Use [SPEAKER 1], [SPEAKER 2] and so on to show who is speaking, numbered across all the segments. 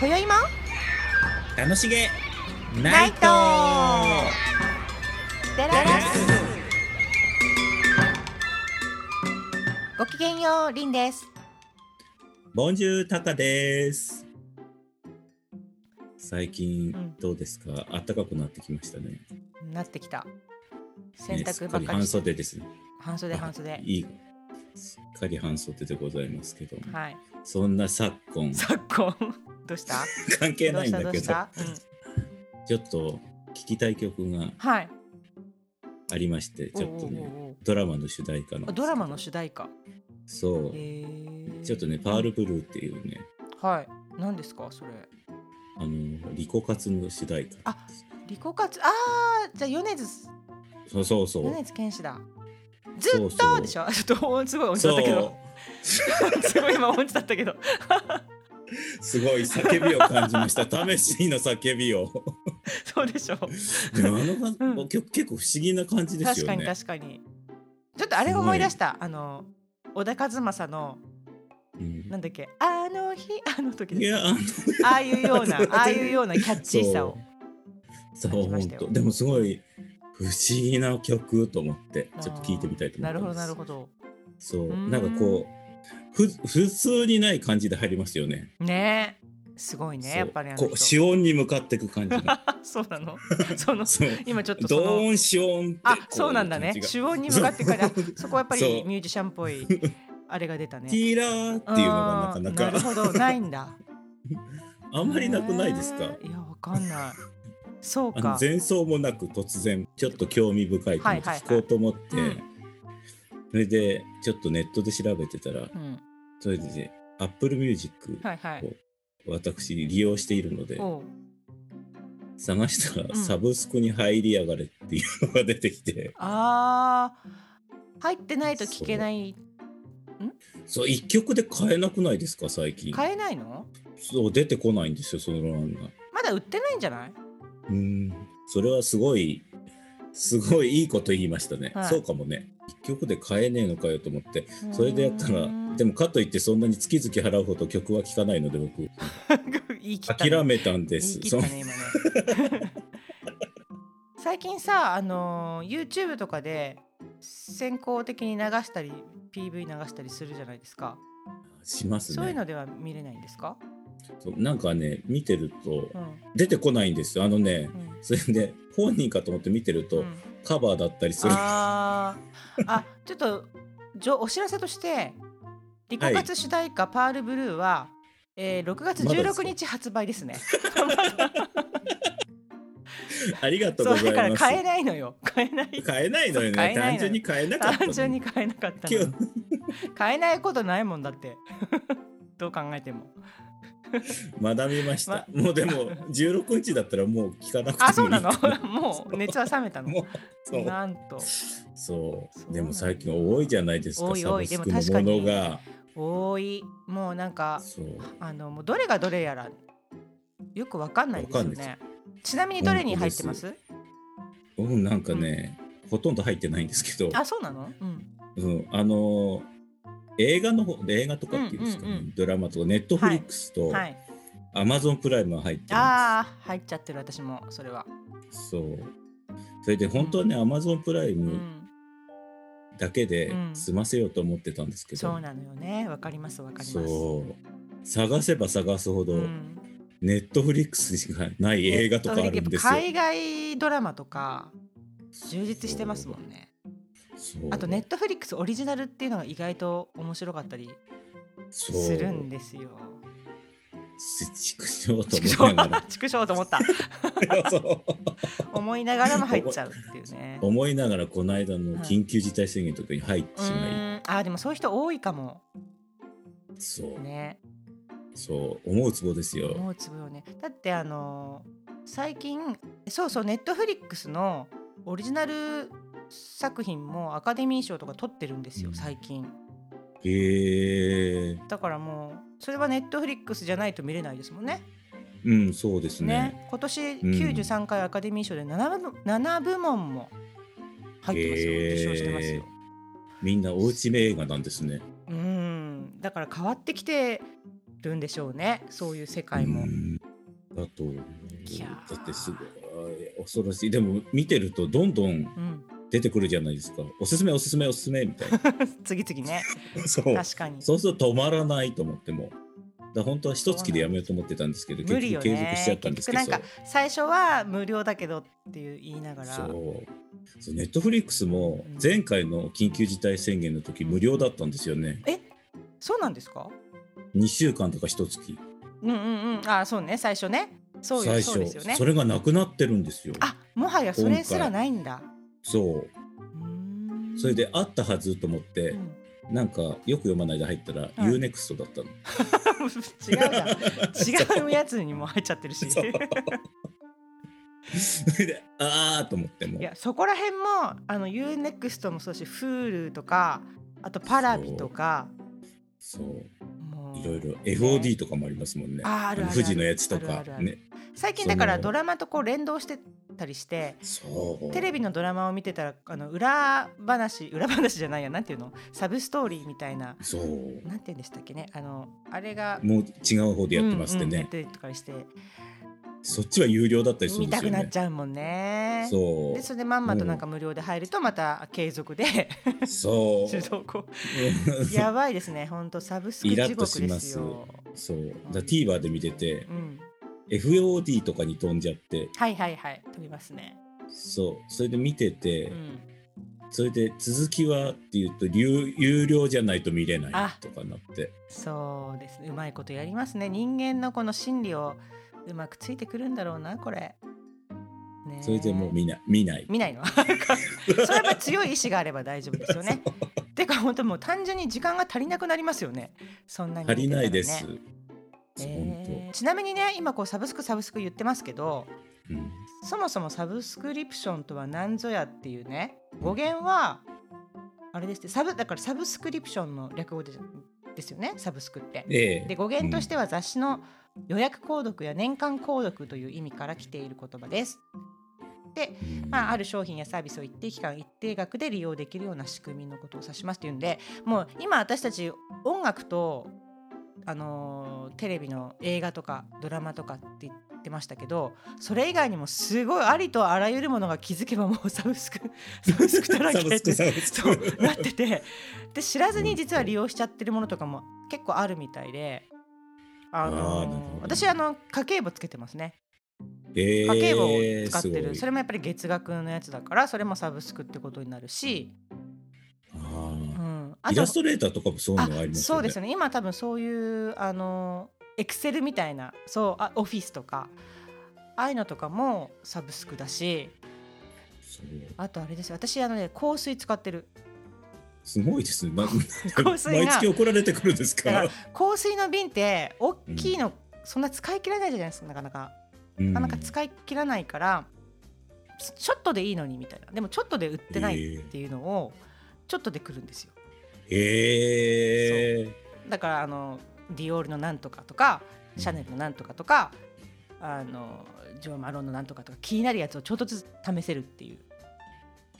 [SPEAKER 1] 今宵も
[SPEAKER 2] 楽しげ
[SPEAKER 1] ナ
[SPEAKER 2] ナ
[SPEAKER 1] イ
[SPEAKER 2] イ
[SPEAKER 1] ト
[SPEAKER 2] ト
[SPEAKER 1] デラックスごきげんようりんです
[SPEAKER 2] ボンジュータカです最近
[SPEAKER 1] うん
[SPEAKER 2] どうですか、暖かくなってきましたね
[SPEAKER 1] なってきた洗
[SPEAKER 2] ねす
[SPEAKER 1] 濯ば
[SPEAKER 2] っか
[SPEAKER 1] っ
[SPEAKER 2] り
[SPEAKER 1] かり
[SPEAKER 2] 半
[SPEAKER 1] して
[SPEAKER 2] 袖ですね
[SPEAKER 1] 半袖半袖
[SPEAKER 2] いいすっかり半袖でございますけど、
[SPEAKER 1] はい
[SPEAKER 2] そんな昨今
[SPEAKER 1] 昨今どうした
[SPEAKER 2] 関係
[SPEAKER 1] どう
[SPEAKER 2] ない
[SPEAKER 1] し
[SPEAKER 2] ん
[SPEAKER 1] たど
[SPEAKER 2] だ
[SPEAKER 1] う
[SPEAKER 2] け
[SPEAKER 1] し
[SPEAKER 2] ど
[SPEAKER 1] た、うん、
[SPEAKER 2] ちょっと聞きたい曲が
[SPEAKER 1] はい
[SPEAKER 2] ありましてちょっ
[SPEAKER 1] おう
[SPEAKER 2] と
[SPEAKER 1] お
[SPEAKER 2] ね
[SPEAKER 1] うおう
[SPEAKER 2] ドラマの主題歌
[SPEAKER 1] あ
[SPEAKER 2] の
[SPEAKER 1] ドラマの主題歌
[SPEAKER 2] そう、
[SPEAKER 1] へー
[SPEAKER 2] ちょっとね「パールブルー」っていうね
[SPEAKER 1] はい何ですかそれ
[SPEAKER 2] あのリコカツの主題歌
[SPEAKER 1] あリコカツあーじゃあ米津
[SPEAKER 2] そうそうそう
[SPEAKER 1] 米津玄師だず
[SPEAKER 2] そう
[SPEAKER 1] っとでしょ ちょっとすごい音痴だったけど すごい今音痴だったけど
[SPEAKER 2] そうすごい叫びを感じました試しにの叫びを
[SPEAKER 1] そうでしょ
[SPEAKER 2] でもあのか、
[SPEAKER 1] うん
[SPEAKER 2] 曲結構不思議な感じです
[SPEAKER 1] 確
[SPEAKER 2] よ
[SPEAKER 1] かに
[SPEAKER 2] ね
[SPEAKER 1] 確かにちょっとあれを思い出したあの小田和正の
[SPEAKER 2] うん
[SPEAKER 1] なんだっけあの日 あの時
[SPEAKER 2] い
[SPEAKER 1] です
[SPEAKER 2] やあの
[SPEAKER 1] ああいうよう なああいうようなキャッチーさを
[SPEAKER 2] そう
[SPEAKER 1] 感じま
[SPEAKER 2] 本
[SPEAKER 1] したよ
[SPEAKER 2] 当でもすごい不思議な曲と思ってちょっと聞いてみたいと思
[SPEAKER 1] ないるほ
[SPEAKER 2] ま
[SPEAKER 1] ど
[SPEAKER 2] す
[SPEAKER 1] なるほど
[SPEAKER 2] そう
[SPEAKER 1] うーん
[SPEAKER 2] なんかこうふ普通にない感じで入りますよね
[SPEAKER 1] ねえすごい
[SPEAKER 2] そ
[SPEAKER 1] ね
[SPEAKER 2] う
[SPEAKER 1] やっぱりあの
[SPEAKER 2] こ
[SPEAKER 1] 人
[SPEAKER 2] う死音に向かっていく感じが
[SPEAKER 1] そうな のその
[SPEAKER 2] そう
[SPEAKER 1] 今ちょっとそ
[SPEAKER 2] 同
[SPEAKER 1] の
[SPEAKER 2] 音子音って
[SPEAKER 1] あ
[SPEAKER 2] こ
[SPEAKER 1] そうなんだ
[SPEAKER 2] い
[SPEAKER 1] ね
[SPEAKER 2] 感じが
[SPEAKER 1] 主音に向かってから
[SPEAKER 2] そう
[SPEAKER 1] そこはやっぱ
[SPEAKER 2] そ
[SPEAKER 1] り
[SPEAKER 2] う
[SPEAKER 1] ミュージシャンっ ぽいあれが出たね
[SPEAKER 2] ティーラーっていうのがなか
[SPEAKER 1] あー
[SPEAKER 2] な
[SPEAKER 1] る
[SPEAKER 2] か
[SPEAKER 1] ほどないんだ
[SPEAKER 2] あんまりなくないですか
[SPEAKER 1] ねえいやわかんないそう
[SPEAKER 2] あの
[SPEAKER 1] か
[SPEAKER 2] 前奏もなく突然ちょっと興味深い気
[SPEAKER 1] はい
[SPEAKER 2] 持ち
[SPEAKER 1] はいはい
[SPEAKER 2] 聞こうと思って、
[SPEAKER 1] うん
[SPEAKER 2] それでちょっとネットで調べてたら
[SPEAKER 1] うん
[SPEAKER 2] それで Apple Music
[SPEAKER 1] はいはい
[SPEAKER 2] 私利用しているので
[SPEAKER 1] おう
[SPEAKER 2] 探した
[SPEAKER 1] う
[SPEAKER 2] ら
[SPEAKER 1] ん
[SPEAKER 2] サブスクに入りやがれっていうのが出てきて、
[SPEAKER 1] あー入ってないと聞けない
[SPEAKER 2] そう1曲で買えなくないですか最近
[SPEAKER 1] 買えないの
[SPEAKER 2] そう出てこないんですよその欄が
[SPEAKER 1] まだ売ってないんじゃない
[SPEAKER 2] うんそれはすごいすごいいいこと言いましたね、
[SPEAKER 1] はい
[SPEAKER 2] そうかもね1曲で買えねえのかよと思ってそれでやった
[SPEAKER 1] う
[SPEAKER 2] ら
[SPEAKER 1] ーん
[SPEAKER 2] でもかといってそんなに月々払うほど曲は聴かないので僕
[SPEAKER 1] 言い切ったね
[SPEAKER 2] 諦めたん
[SPEAKER 1] 言
[SPEAKER 2] で
[SPEAKER 1] い
[SPEAKER 2] す
[SPEAKER 1] 切
[SPEAKER 2] そ
[SPEAKER 1] っ
[SPEAKER 2] う
[SPEAKER 1] たね今ね 最近さあのー YouTube とかで先行的に流したり PV 流したりするじゃないですか
[SPEAKER 2] しますね
[SPEAKER 1] そういうのでは見れないんですか、
[SPEAKER 2] そうなんかね見てると
[SPEAKER 1] うん
[SPEAKER 2] 出てこないんですよあのね
[SPEAKER 1] うん
[SPEAKER 2] それで本人かと思って見てると、
[SPEAKER 1] うん
[SPEAKER 2] カバーだったりする
[SPEAKER 1] あーあちょっとじょお知らせとして「リコ活主題歌パールブルーは」えー6月
[SPEAKER 2] まだです
[SPEAKER 1] 16
[SPEAKER 2] か
[SPEAKER 1] 日発売ですね。
[SPEAKER 2] ありがとう
[SPEAKER 1] そ
[SPEAKER 2] ご
[SPEAKER 1] うだ
[SPEAKER 2] ざ
[SPEAKER 1] か
[SPEAKER 2] い
[SPEAKER 1] ら
[SPEAKER 2] ます
[SPEAKER 1] 買えないのよ。買えない。
[SPEAKER 2] 買えないのよ
[SPEAKER 1] そう買え
[SPEAKER 2] ね
[SPEAKER 1] ないのよ
[SPEAKER 2] 単純に買えなかったの
[SPEAKER 1] 単純に買えなかったの
[SPEAKER 2] 今
[SPEAKER 1] よ。買えないことないもんだって。 どう考えても。
[SPEAKER 2] 日学びました、もうでも16日だったらもう聞かなくてもいい
[SPEAKER 1] あ、そうなの もう熱は冷めたの。
[SPEAKER 2] もう そう
[SPEAKER 1] なんと。
[SPEAKER 2] そ
[SPEAKER 1] そう
[SPEAKER 2] うでも最近多いじゃないですか
[SPEAKER 1] 多い多い
[SPEAKER 2] サブ
[SPEAKER 1] でも
[SPEAKER 2] ス
[SPEAKER 1] 確
[SPEAKER 2] ク
[SPEAKER 1] か
[SPEAKER 2] の
[SPEAKER 1] に
[SPEAKER 2] ものが
[SPEAKER 1] 多い。もうなんか、
[SPEAKER 2] そう
[SPEAKER 1] あの、もうどれがどれやら、よくわかんないですよ
[SPEAKER 2] わかんな
[SPEAKER 1] ね。ちなみにどれに入ってます
[SPEAKER 2] うん、なんかね、ほとんど入ってないんですけど、
[SPEAKER 1] あ、そうなのうん。
[SPEAKER 2] うん、あのー映画の方映画とかっていうんですかね、
[SPEAKER 1] うんうんうん
[SPEAKER 2] ドラマとかネットフリックスと
[SPEAKER 1] はい。
[SPEAKER 2] アマゾンプライムが入ってるんです、
[SPEAKER 1] ああ、入っちゃってる私も、それは。
[SPEAKER 2] そうそれで本当はねアマゾンプライ
[SPEAKER 1] う
[SPEAKER 2] ム
[SPEAKER 1] ん。
[SPEAKER 2] だけで
[SPEAKER 1] うん
[SPEAKER 2] 済ませようと思ってたんですけど、
[SPEAKER 1] そうなのよね。わかります、わかります。
[SPEAKER 2] そう探せば探すほど、
[SPEAKER 1] うん
[SPEAKER 2] ネットフリックスしかない映画とかあるんですよ。
[SPEAKER 1] 海外ドラマとか充実してますもんね
[SPEAKER 2] そう
[SPEAKER 1] あとネットフリックスオリジナルっていうのが意外と面白かったり
[SPEAKER 2] す
[SPEAKER 1] する んですよ
[SPEAKER 2] 畜生と
[SPEAKER 1] 畜
[SPEAKER 2] 思 いなが
[SPEAKER 1] 生畜生と思った
[SPEAKER 2] らそう
[SPEAKER 1] 思いながらも入っちゃうっていうね
[SPEAKER 2] 思いながらこの間の緊急事態宣言とかに入って
[SPEAKER 1] う
[SPEAKER 2] しまい、
[SPEAKER 1] ーんあーでもそういう人多いかも
[SPEAKER 2] そう
[SPEAKER 1] ね
[SPEAKER 2] そう思うつぼですよ。
[SPEAKER 1] 思うつぶよねだってあのー最近そうそうネットフリックスのオリジナル作品もアカデミー賞とか取ってるんですよ最近
[SPEAKER 2] へえ
[SPEAKER 1] だからもうそれはネットフリックスじゃないと見れないですもんね。
[SPEAKER 2] うんそうです
[SPEAKER 1] ね
[SPEAKER 2] ね。
[SPEAKER 1] 今年93回アカデミー賞で7部 ,7 部門も入ってますよ、
[SPEAKER 2] へー
[SPEAKER 1] 受賞してますよ。
[SPEAKER 2] みんなおうち映画なんですね。
[SPEAKER 1] うんだから変わってきてるんでしょうねそういう世界
[SPEAKER 2] う
[SPEAKER 1] も。
[SPEAKER 2] んだと思う
[SPEAKER 1] いやー
[SPEAKER 2] だってすごい恐ろしいでも見てるとどんどん
[SPEAKER 1] うん、
[SPEAKER 2] 出てくるじゃないですかおすすめおすすめおすすめみた いな
[SPEAKER 1] 次々ね
[SPEAKER 2] そう
[SPEAKER 1] 確かに
[SPEAKER 2] そうすると止まらないと思ってもだから本当は一月でやめようと思ってたんですけど
[SPEAKER 1] 無理
[SPEAKER 2] 結
[SPEAKER 1] よ
[SPEAKER 2] 局継続
[SPEAKER 1] ね
[SPEAKER 2] しちゃったんですけど
[SPEAKER 1] 結局なんか最初は無料だけどっていう言いながら
[SPEAKER 2] そうそうネットフリックスも
[SPEAKER 1] うん
[SPEAKER 2] 前回の緊急事態宣言の時無料だったんですよね
[SPEAKER 1] えそうなんですか
[SPEAKER 2] 2週間とか一月
[SPEAKER 1] うんうんうんあそうね最初ねそうよ
[SPEAKER 2] 最
[SPEAKER 1] そうで
[SPEAKER 2] 初
[SPEAKER 1] すよね
[SPEAKER 2] それがなくなってるんですよ
[SPEAKER 1] あもはやそれすらないんだ
[SPEAKER 2] そう
[SPEAKER 1] うーん
[SPEAKER 2] それであったはずと思って、
[SPEAKER 1] うん
[SPEAKER 2] なんかよく読まないで入ったら
[SPEAKER 1] うん
[SPEAKER 2] UNEXT だったの、
[SPEAKER 1] 違うじゃん違うやつにも入っちゃってるし
[SPEAKER 2] そうそれでああと思っても
[SPEAKER 1] いやそこら辺もあの UNEXT もそうだし Hulu とかあとパラビとか
[SPEAKER 2] そう
[SPEAKER 1] もう
[SPEAKER 2] いろいろ
[SPEAKER 1] ね
[SPEAKER 2] FOD とかもありますもんね
[SPEAKER 1] あーあるあるある
[SPEAKER 2] の富士のやつとか
[SPEAKER 1] あるあるある
[SPEAKER 2] ね
[SPEAKER 1] 最近だから
[SPEAKER 2] その
[SPEAKER 1] ドラマとこう連動してたりして
[SPEAKER 2] そう
[SPEAKER 1] テレビのドラマを見てたらあの裏話 裏話じゃないやなんていうのサブストーリーみたいな
[SPEAKER 2] そう
[SPEAKER 1] なんて言うんでしたっけねあのあれが
[SPEAKER 2] もう違う方でやってまして
[SPEAKER 1] うんうんやっ
[SPEAKER 2] ね、
[SPEAKER 1] てたりとかして
[SPEAKER 2] そっちは有料だったりする
[SPEAKER 1] 見
[SPEAKER 2] んで
[SPEAKER 1] た
[SPEAKER 2] す
[SPEAKER 1] く
[SPEAKER 2] よ
[SPEAKER 1] なっ
[SPEAKER 2] ね
[SPEAKER 1] ちゃうもんね
[SPEAKER 2] そ
[SPEAKER 1] でそれでまんまとなんか無料で入るとまた 継続で
[SPEAKER 2] うそ
[SPEAKER 1] 自動こう
[SPEAKER 2] う
[SPEAKER 1] やばいですねほんとサブスク
[SPEAKER 2] イラ
[SPEAKER 1] 地
[SPEAKER 2] ッと
[SPEAKER 1] 獄
[SPEAKER 2] し
[SPEAKER 1] で
[SPEAKER 2] ますす
[SPEAKER 1] よ
[SPEAKER 2] そうだ TVer で見てて
[SPEAKER 1] うん、
[SPEAKER 2] FOD とかに飛んじゃって
[SPEAKER 1] はいはいはい飛びますね、
[SPEAKER 2] そうそれで見てて、
[SPEAKER 1] うん、
[SPEAKER 2] それで続きはっていうと有有料じゃないと見れない
[SPEAKER 1] あ
[SPEAKER 2] とかなって
[SPEAKER 1] そうですねうまいことやりますね人間のこの心理をうまくついてくるんだろうなこれ、ねえ
[SPEAKER 2] それでもう見ない見ない
[SPEAKER 1] 見ないの それはやっぱり強い意志があれば大丈夫ですよ ねてか本当もう単純に時間が足りなくなりますよねそんなに見
[SPEAKER 2] 足
[SPEAKER 1] て
[SPEAKER 2] り
[SPEAKER 1] たら
[SPEAKER 2] な
[SPEAKER 1] ね
[SPEAKER 2] いです、
[SPEAKER 1] えーちなみにね今こうサブスクサブスク言ってますけど
[SPEAKER 2] 本当、うん
[SPEAKER 1] そもそもサブスクリプションとは何ぞやっていうね語源はあれですってサブだからサブスクリプションの略語でですよねサブスクって。
[SPEAKER 2] ええ
[SPEAKER 1] で語源としては雑誌の予約購読や年間購読という意味から来ている言葉です。
[SPEAKER 2] うんうん
[SPEAKER 1] まあ、ある商品やサービスを一定期間一定額で利用できるような仕組みのことを指しますというんでもう今私たち音楽と、あのーテレビの映画とかドラマとかって言ってましたけどそれ以外にもすごいありとあらゆるものが気づけばもうサブスクサブスクだらけ
[SPEAKER 2] サブスクサブス
[SPEAKER 1] そう
[SPEAKER 2] ク
[SPEAKER 1] なっててで知らずに実は利用しちゃってるものとかも結構あるみたいで。あのー
[SPEAKER 2] あーなるほど
[SPEAKER 1] 私あの家計簿つけてますね
[SPEAKER 2] ええ
[SPEAKER 1] 家計簿を使ってる、
[SPEAKER 2] すごい
[SPEAKER 1] それもやっぱり月額のやつだからそれもサブスクってことになるし、う
[SPEAKER 2] あ
[SPEAKER 1] ん、
[SPEAKER 2] あ
[SPEAKER 1] あ
[SPEAKER 2] イ
[SPEAKER 1] と
[SPEAKER 2] ラストレーターとかもそういうのあり
[SPEAKER 1] あ
[SPEAKER 2] ます
[SPEAKER 1] そ
[SPEAKER 2] よ
[SPEAKER 1] うで
[SPEAKER 2] ね
[SPEAKER 1] すよね今多分そういうあのエクセルみたいなそうあオフィスとかああいうのとかもサブスクだし
[SPEAKER 2] そう
[SPEAKER 1] あとあれですよ私あのね香水使ってる
[SPEAKER 2] すごいですね、ま、
[SPEAKER 1] 香水が
[SPEAKER 2] 毎月怒られてくるんですか
[SPEAKER 1] だからら香水の瓶って大きいの、そんな使い切らないじゃないですかなかなか
[SPEAKER 2] な
[SPEAKER 1] なかなか使い切らないからちょっとでいいのにみたいなでもちょっとで売ってないっていうのをちょっとで来るんですよ
[SPEAKER 2] ええ
[SPEAKER 1] だからあのディオールのなんとかとかシャネルのなんとかとかあのジョー・マロンのなんとかとか気になるやつをちょっとずつ試せるっていう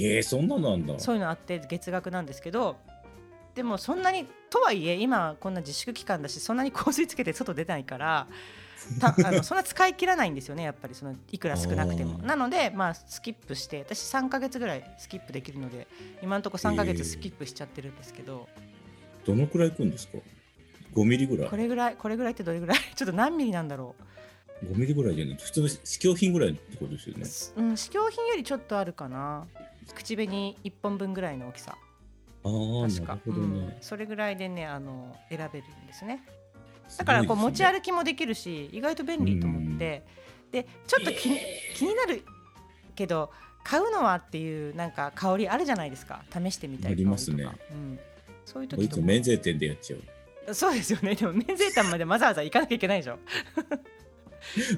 [SPEAKER 2] へえそんなのなんだ
[SPEAKER 1] そういうのあって月額なんですけどでもそんなにとはいえ今こんな自粛期間だしそんなに香水つけて外出ない からたあのそんな使い切らないんですよねやっぱりそのいくら少なくても
[SPEAKER 2] あー
[SPEAKER 1] なのでまあスキップして私3ヶ月ぐらいスキップできるので今のところ3ヶ月スキップしちゃってるんですけど、
[SPEAKER 2] どのくらいいくんですか5ミリぐらい
[SPEAKER 1] これぐらいこれぐらいってどれぐらい ちょっと何ミリなんだろ
[SPEAKER 2] 5ミリぐらいじゃない普通の試供品ぐらいってことですよ
[SPEAKER 1] う、
[SPEAKER 2] ね
[SPEAKER 1] すうん、試供品よりちょっとあるかな口紅1本分ぐらいの大きさ
[SPEAKER 2] あ
[SPEAKER 1] 確
[SPEAKER 2] あな
[SPEAKER 1] か
[SPEAKER 2] る、ほ
[SPEAKER 1] う
[SPEAKER 2] ど
[SPEAKER 1] ん
[SPEAKER 2] ね、
[SPEAKER 1] それぐらいでねあの選べるんですねだからこう持ち歩きもできるし意外と便利と思ってでちょっと気に気になるけど買うのはっていうなんか香りあるじゃないですか試してみたい香りとか
[SPEAKER 2] ありますね
[SPEAKER 1] うん、そういう
[SPEAKER 2] こい
[SPEAKER 1] 時
[SPEAKER 2] つ
[SPEAKER 1] と
[SPEAKER 2] 免税店でやっちゃう
[SPEAKER 1] かそうですよねでも免税店までわざわざ行かなきゃいけないでしょ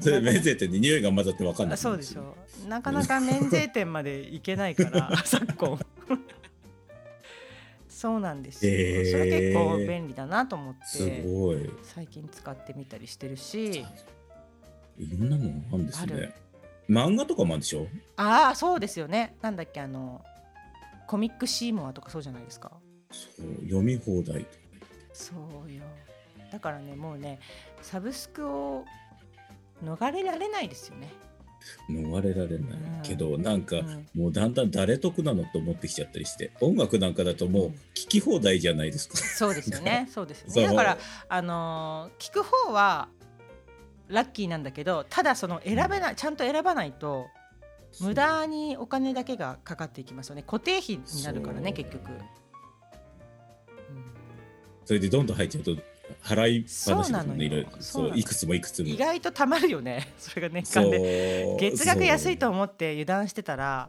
[SPEAKER 2] それ免税店で匂いが混ざって分かんな
[SPEAKER 1] あ
[SPEAKER 2] い
[SPEAKER 1] そうでしょなかなか免税店まで行けないから 昨今そうなんですよ、
[SPEAKER 2] へー
[SPEAKER 1] それ結構便利だなと思っ
[SPEAKER 2] す
[SPEAKER 1] て
[SPEAKER 2] ごい
[SPEAKER 1] 最近使ってみたりしてるし
[SPEAKER 2] いろんなものあるんです
[SPEAKER 1] ある
[SPEAKER 2] ね漫画とかもあるでしょ
[SPEAKER 1] ああそうですよねなんだっけあのコミックシーモアとかそうじゃないですか
[SPEAKER 2] そう読み放題
[SPEAKER 1] そうよだからねもうねサブスクを逃れられないですよね。
[SPEAKER 2] 逃れられない
[SPEAKER 1] うん
[SPEAKER 2] けどなんか
[SPEAKER 1] うん
[SPEAKER 2] もうだんだん誰得なのと思ってきちゃったりして音楽なんかだともう
[SPEAKER 1] うん
[SPEAKER 2] 聞き放題じゃないですか。
[SPEAKER 1] そうですよね。そうですよ
[SPEAKER 2] そう
[SPEAKER 1] ね。だからあのー聞く方はラッキーなんだけど、ただその選べないちゃんと選ばないと無駄にお金だけがかかっていきますよね。固定費になるからね
[SPEAKER 2] そう
[SPEAKER 1] 結局。うん
[SPEAKER 2] それでどんどん入っちゃうと払いっぱなしですもんねい
[SPEAKER 1] そうなのよ
[SPEAKER 2] ろいろ
[SPEAKER 1] そう
[SPEAKER 2] そ
[SPEAKER 1] なの
[SPEAKER 2] ういくつもいくつも
[SPEAKER 1] 意外とたまるよね。それが年間で。
[SPEAKER 2] そう
[SPEAKER 1] 月額安いと思って油断してたら。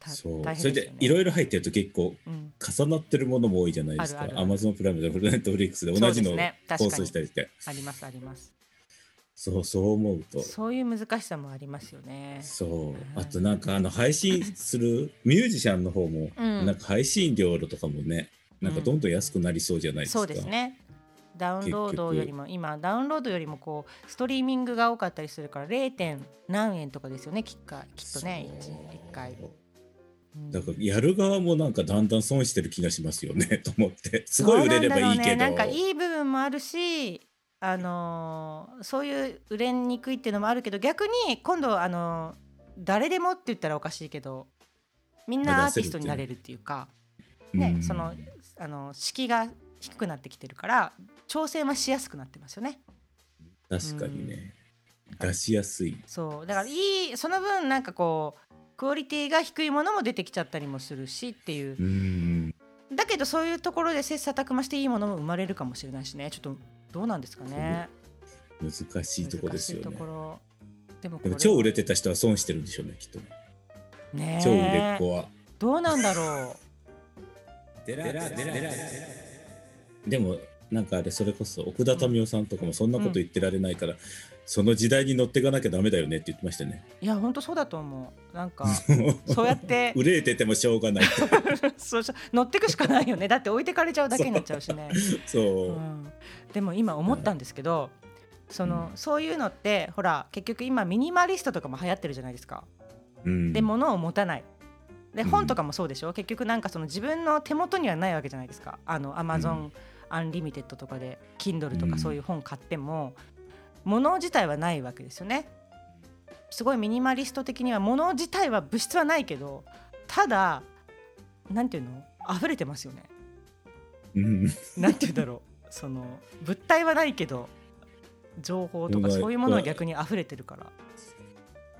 [SPEAKER 1] た
[SPEAKER 2] そう
[SPEAKER 1] 大変
[SPEAKER 2] それ
[SPEAKER 1] です
[SPEAKER 2] で
[SPEAKER 1] よね
[SPEAKER 2] いろいろ入ってると結構
[SPEAKER 1] うん
[SPEAKER 2] 重なってるものも多いじゃないです
[SPEAKER 1] あ
[SPEAKER 2] か
[SPEAKER 1] るあるあ
[SPEAKER 2] ア
[SPEAKER 1] る
[SPEAKER 2] マゾンプライムでネットフリックスで同じの
[SPEAKER 1] そうですね確か
[SPEAKER 2] 放
[SPEAKER 1] に
[SPEAKER 2] 送したりして
[SPEAKER 1] ありますあります。
[SPEAKER 2] そうそう思うと
[SPEAKER 1] そういう難しさもありますよね。
[SPEAKER 2] そうあとなんかあの配信するミュージシャンの方も
[SPEAKER 1] うん
[SPEAKER 2] なんか配信料とかもねなんかどんどん安くなりそうじゃないですか
[SPEAKER 1] そうですね。ダウンロードよりも今ダウンロードよりもこうストリーミングが多かったりするから 0. 点何円とかですよねきっかきっとね一
[SPEAKER 2] そう
[SPEAKER 1] 一回。うん
[SPEAKER 2] だからやる側もなんかだんだん損してる気がしますよね と思ってすごい売れればいい
[SPEAKER 1] そうな
[SPEAKER 2] けど
[SPEAKER 1] んだろうね、なんかいい部分もあるし、あのーそういう売れにくいっていうのもあるけど逆に今度、あのー誰でもって言ったらおかしいけどみんなアーティストになれるっていうか、ね
[SPEAKER 2] うん
[SPEAKER 1] そのあの敷居が低くなってきてるから挑戦はしやすくなってますよね。
[SPEAKER 2] 確かにね出しやすい
[SPEAKER 1] そうだからいいその分なんかこうクオリティが低いものも出てきちゃったりもするしっていう
[SPEAKER 2] うん
[SPEAKER 1] だけどそういうところで切磋琢磨していいものも生まれるかもしれないしねちょっとどうなんですかね
[SPEAKER 2] 難しいとこですよ
[SPEAKER 1] 難しいと
[SPEAKER 2] ね
[SPEAKER 1] ころでもこ
[SPEAKER 2] で
[SPEAKER 1] れ
[SPEAKER 2] も超売れてた人は損してるんでしょうねきっとね
[SPEAKER 1] ねえ
[SPEAKER 2] 超売れっ子は
[SPEAKER 1] どうなんだろ
[SPEAKER 2] でもなんかあれそれこそ奥田民生さんとかもそんなこと言ってられないから、その時代に乗っていかなきゃダメだよねって言ってましたね
[SPEAKER 1] ういやほんとそうだと思うなんか そうやって
[SPEAKER 2] 憂えててもしょうがないって
[SPEAKER 1] そうし乗ってくしかないよねだって置いてかれちゃうだけになっ ちゃうしね
[SPEAKER 2] そう、
[SPEAKER 1] うんでも今思ったんですけど、そのそういうのってほら結局今ミニマリストとかも流行ってるじゃないですか。
[SPEAKER 2] うん
[SPEAKER 1] で物を持たない。で
[SPEAKER 2] うん
[SPEAKER 1] 本とかもそうでしょ、結局なんかその自分の手元にはないわけじゃないですかあの Amazon アンリミテッドとかで Kindle と
[SPEAKER 2] う
[SPEAKER 1] か
[SPEAKER 2] ん
[SPEAKER 1] そういう本買っても、物自体はないわけですよねすごいミニマリスト的には物自体は物質はないけどただなんていうの溢れてますよ ね
[SPEAKER 2] うん
[SPEAKER 1] なんて言うんだろうその物体はないけど情報とか
[SPEAKER 2] うまい
[SPEAKER 1] そういうものは逆に溢れてるから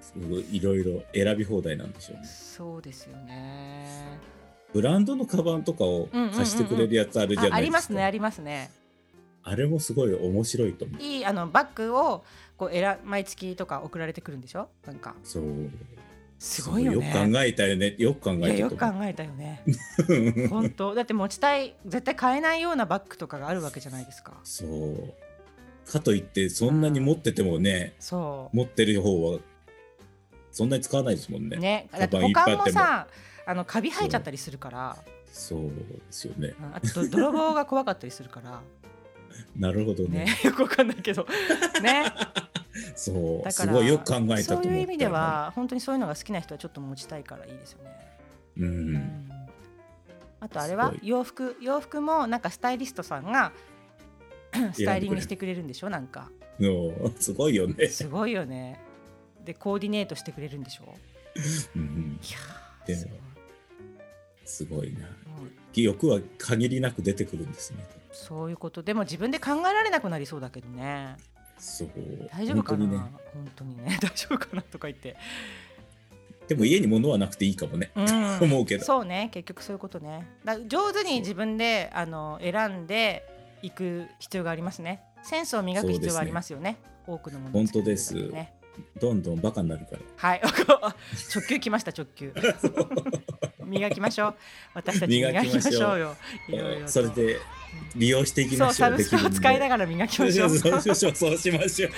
[SPEAKER 2] すごいいろいろ選び放題なんでしょうね
[SPEAKER 1] そうですよね
[SPEAKER 2] ブランドのカバンとかを貸してくれるやつあるじゃ
[SPEAKER 1] ああ
[SPEAKER 2] ない
[SPEAKER 1] り
[SPEAKER 2] で
[SPEAKER 1] ますす
[SPEAKER 2] か
[SPEAKER 1] ねありますね
[SPEAKER 2] あれもすごい面白いと思う
[SPEAKER 1] いいあのバッグをこう選毎月とか送られてくるんでしょなんか
[SPEAKER 2] そう
[SPEAKER 1] すごいよね
[SPEAKER 2] すごよく考えたよねよく考
[SPEAKER 1] いや
[SPEAKER 2] えた
[SPEAKER 1] よ
[SPEAKER 2] と
[SPEAKER 1] く
[SPEAKER 2] 思
[SPEAKER 1] 考
[SPEAKER 2] う
[SPEAKER 1] えたよね本当だって持ちたい絶対買えないようなバッグとかがあるわけじゃないですか
[SPEAKER 2] そうかといってそんなに持っててもね、
[SPEAKER 1] そう
[SPEAKER 2] 持ってる方はそんなに使わないですもんね。
[SPEAKER 1] ねだ
[SPEAKER 2] カ
[SPEAKER 1] って
[SPEAKER 2] バンいっぱいあ
[SPEAKER 1] 他
[SPEAKER 2] っ
[SPEAKER 1] も
[SPEAKER 2] ても
[SPEAKER 1] さあのカビ生えちゃったりするから
[SPEAKER 2] そうですよね。
[SPEAKER 1] うんあと 泥棒が怖かったりするから
[SPEAKER 2] なるほど
[SPEAKER 1] ね、
[SPEAKER 2] ね。
[SPEAKER 1] よくわかんないけどね
[SPEAKER 2] そ
[SPEAKER 1] だか
[SPEAKER 2] う
[SPEAKER 1] ら
[SPEAKER 2] すごいよく考えたと思
[SPEAKER 1] そ
[SPEAKER 2] っ
[SPEAKER 1] う
[SPEAKER 2] た
[SPEAKER 1] いう意味では本当にそういうのが好きな人はちょっと持ちたいからいいですよね、
[SPEAKER 2] う
[SPEAKER 1] うんんあとあれは
[SPEAKER 2] すごい
[SPEAKER 1] 洋服洋服もなんかスタイリストさん がスタイリングしてくれるんでしょなんか
[SPEAKER 2] のすごいよね。
[SPEAKER 1] すごいよねでコーディネートしてくれるんでしょ
[SPEAKER 2] うん
[SPEAKER 1] いや
[SPEAKER 2] で
[SPEAKER 1] ー
[SPEAKER 2] も
[SPEAKER 1] すごい
[SPEAKER 2] すごいな。
[SPEAKER 1] もう
[SPEAKER 2] 欲は限りなく出てくるんですね。
[SPEAKER 1] そういうことでも自分で考えられなくなりそうだけどね
[SPEAKER 2] そう。
[SPEAKER 1] 大丈夫かな
[SPEAKER 2] 本当に
[SPEAKER 1] 本
[SPEAKER 2] ね。
[SPEAKER 1] 当にね 大丈夫かなとか言って、
[SPEAKER 2] でも家に物はなくていいかもね。
[SPEAKER 1] うん
[SPEAKER 2] 思うけど。
[SPEAKER 1] そうね結局そういうことねだ上手に自分であの選んでいく必要がありますねセンスを磨く
[SPEAKER 2] そう
[SPEAKER 1] 必
[SPEAKER 2] で
[SPEAKER 1] 要
[SPEAKER 2] す
[SPEAKER 1] があ
[SPEAKER 2] ね
[SPEAKER 1] りますよね多くのものを
[SPEAKER 2] 本
[SPEAKER 1] 作
[SPEAKER 2] 当
[SPEAKER 1] る上
[SPEAKER 2] です
[SPEAKER 1] だとね
[SPEAKER 2] どんどんバカになるから。
[SPEAKER 1] はい 直球きました直 球磨きましょう私たち磨
[SPEAKER 2] 磨き
[SPEAKER 1] きま
[SPEAKER 2] ましょう
[SPEAKER 1] しょうよいろいろと
[SPEAKER 2] それで利用していき
[SPEAKER 1] そ
[SPEAKER 2] ま
[SPEAKER 1] う
[SPEAKER 2] しょ
[SPEAKER 1] サ
[SPEAKER 2] う。
[SPEAKER 1] ブスクを使いな
[SPEAKER 2] が
[SPEAKER 1] がら磨き
[SPEAKER 2] そ
[SPEAKER 1] ま
[SPEAKER 2] うし
[SPEAKER 1] しょ
[SPEAKER 2] ま
[SPEAKER 1] う
[SPEAKER 2] しょう。そうしましょう。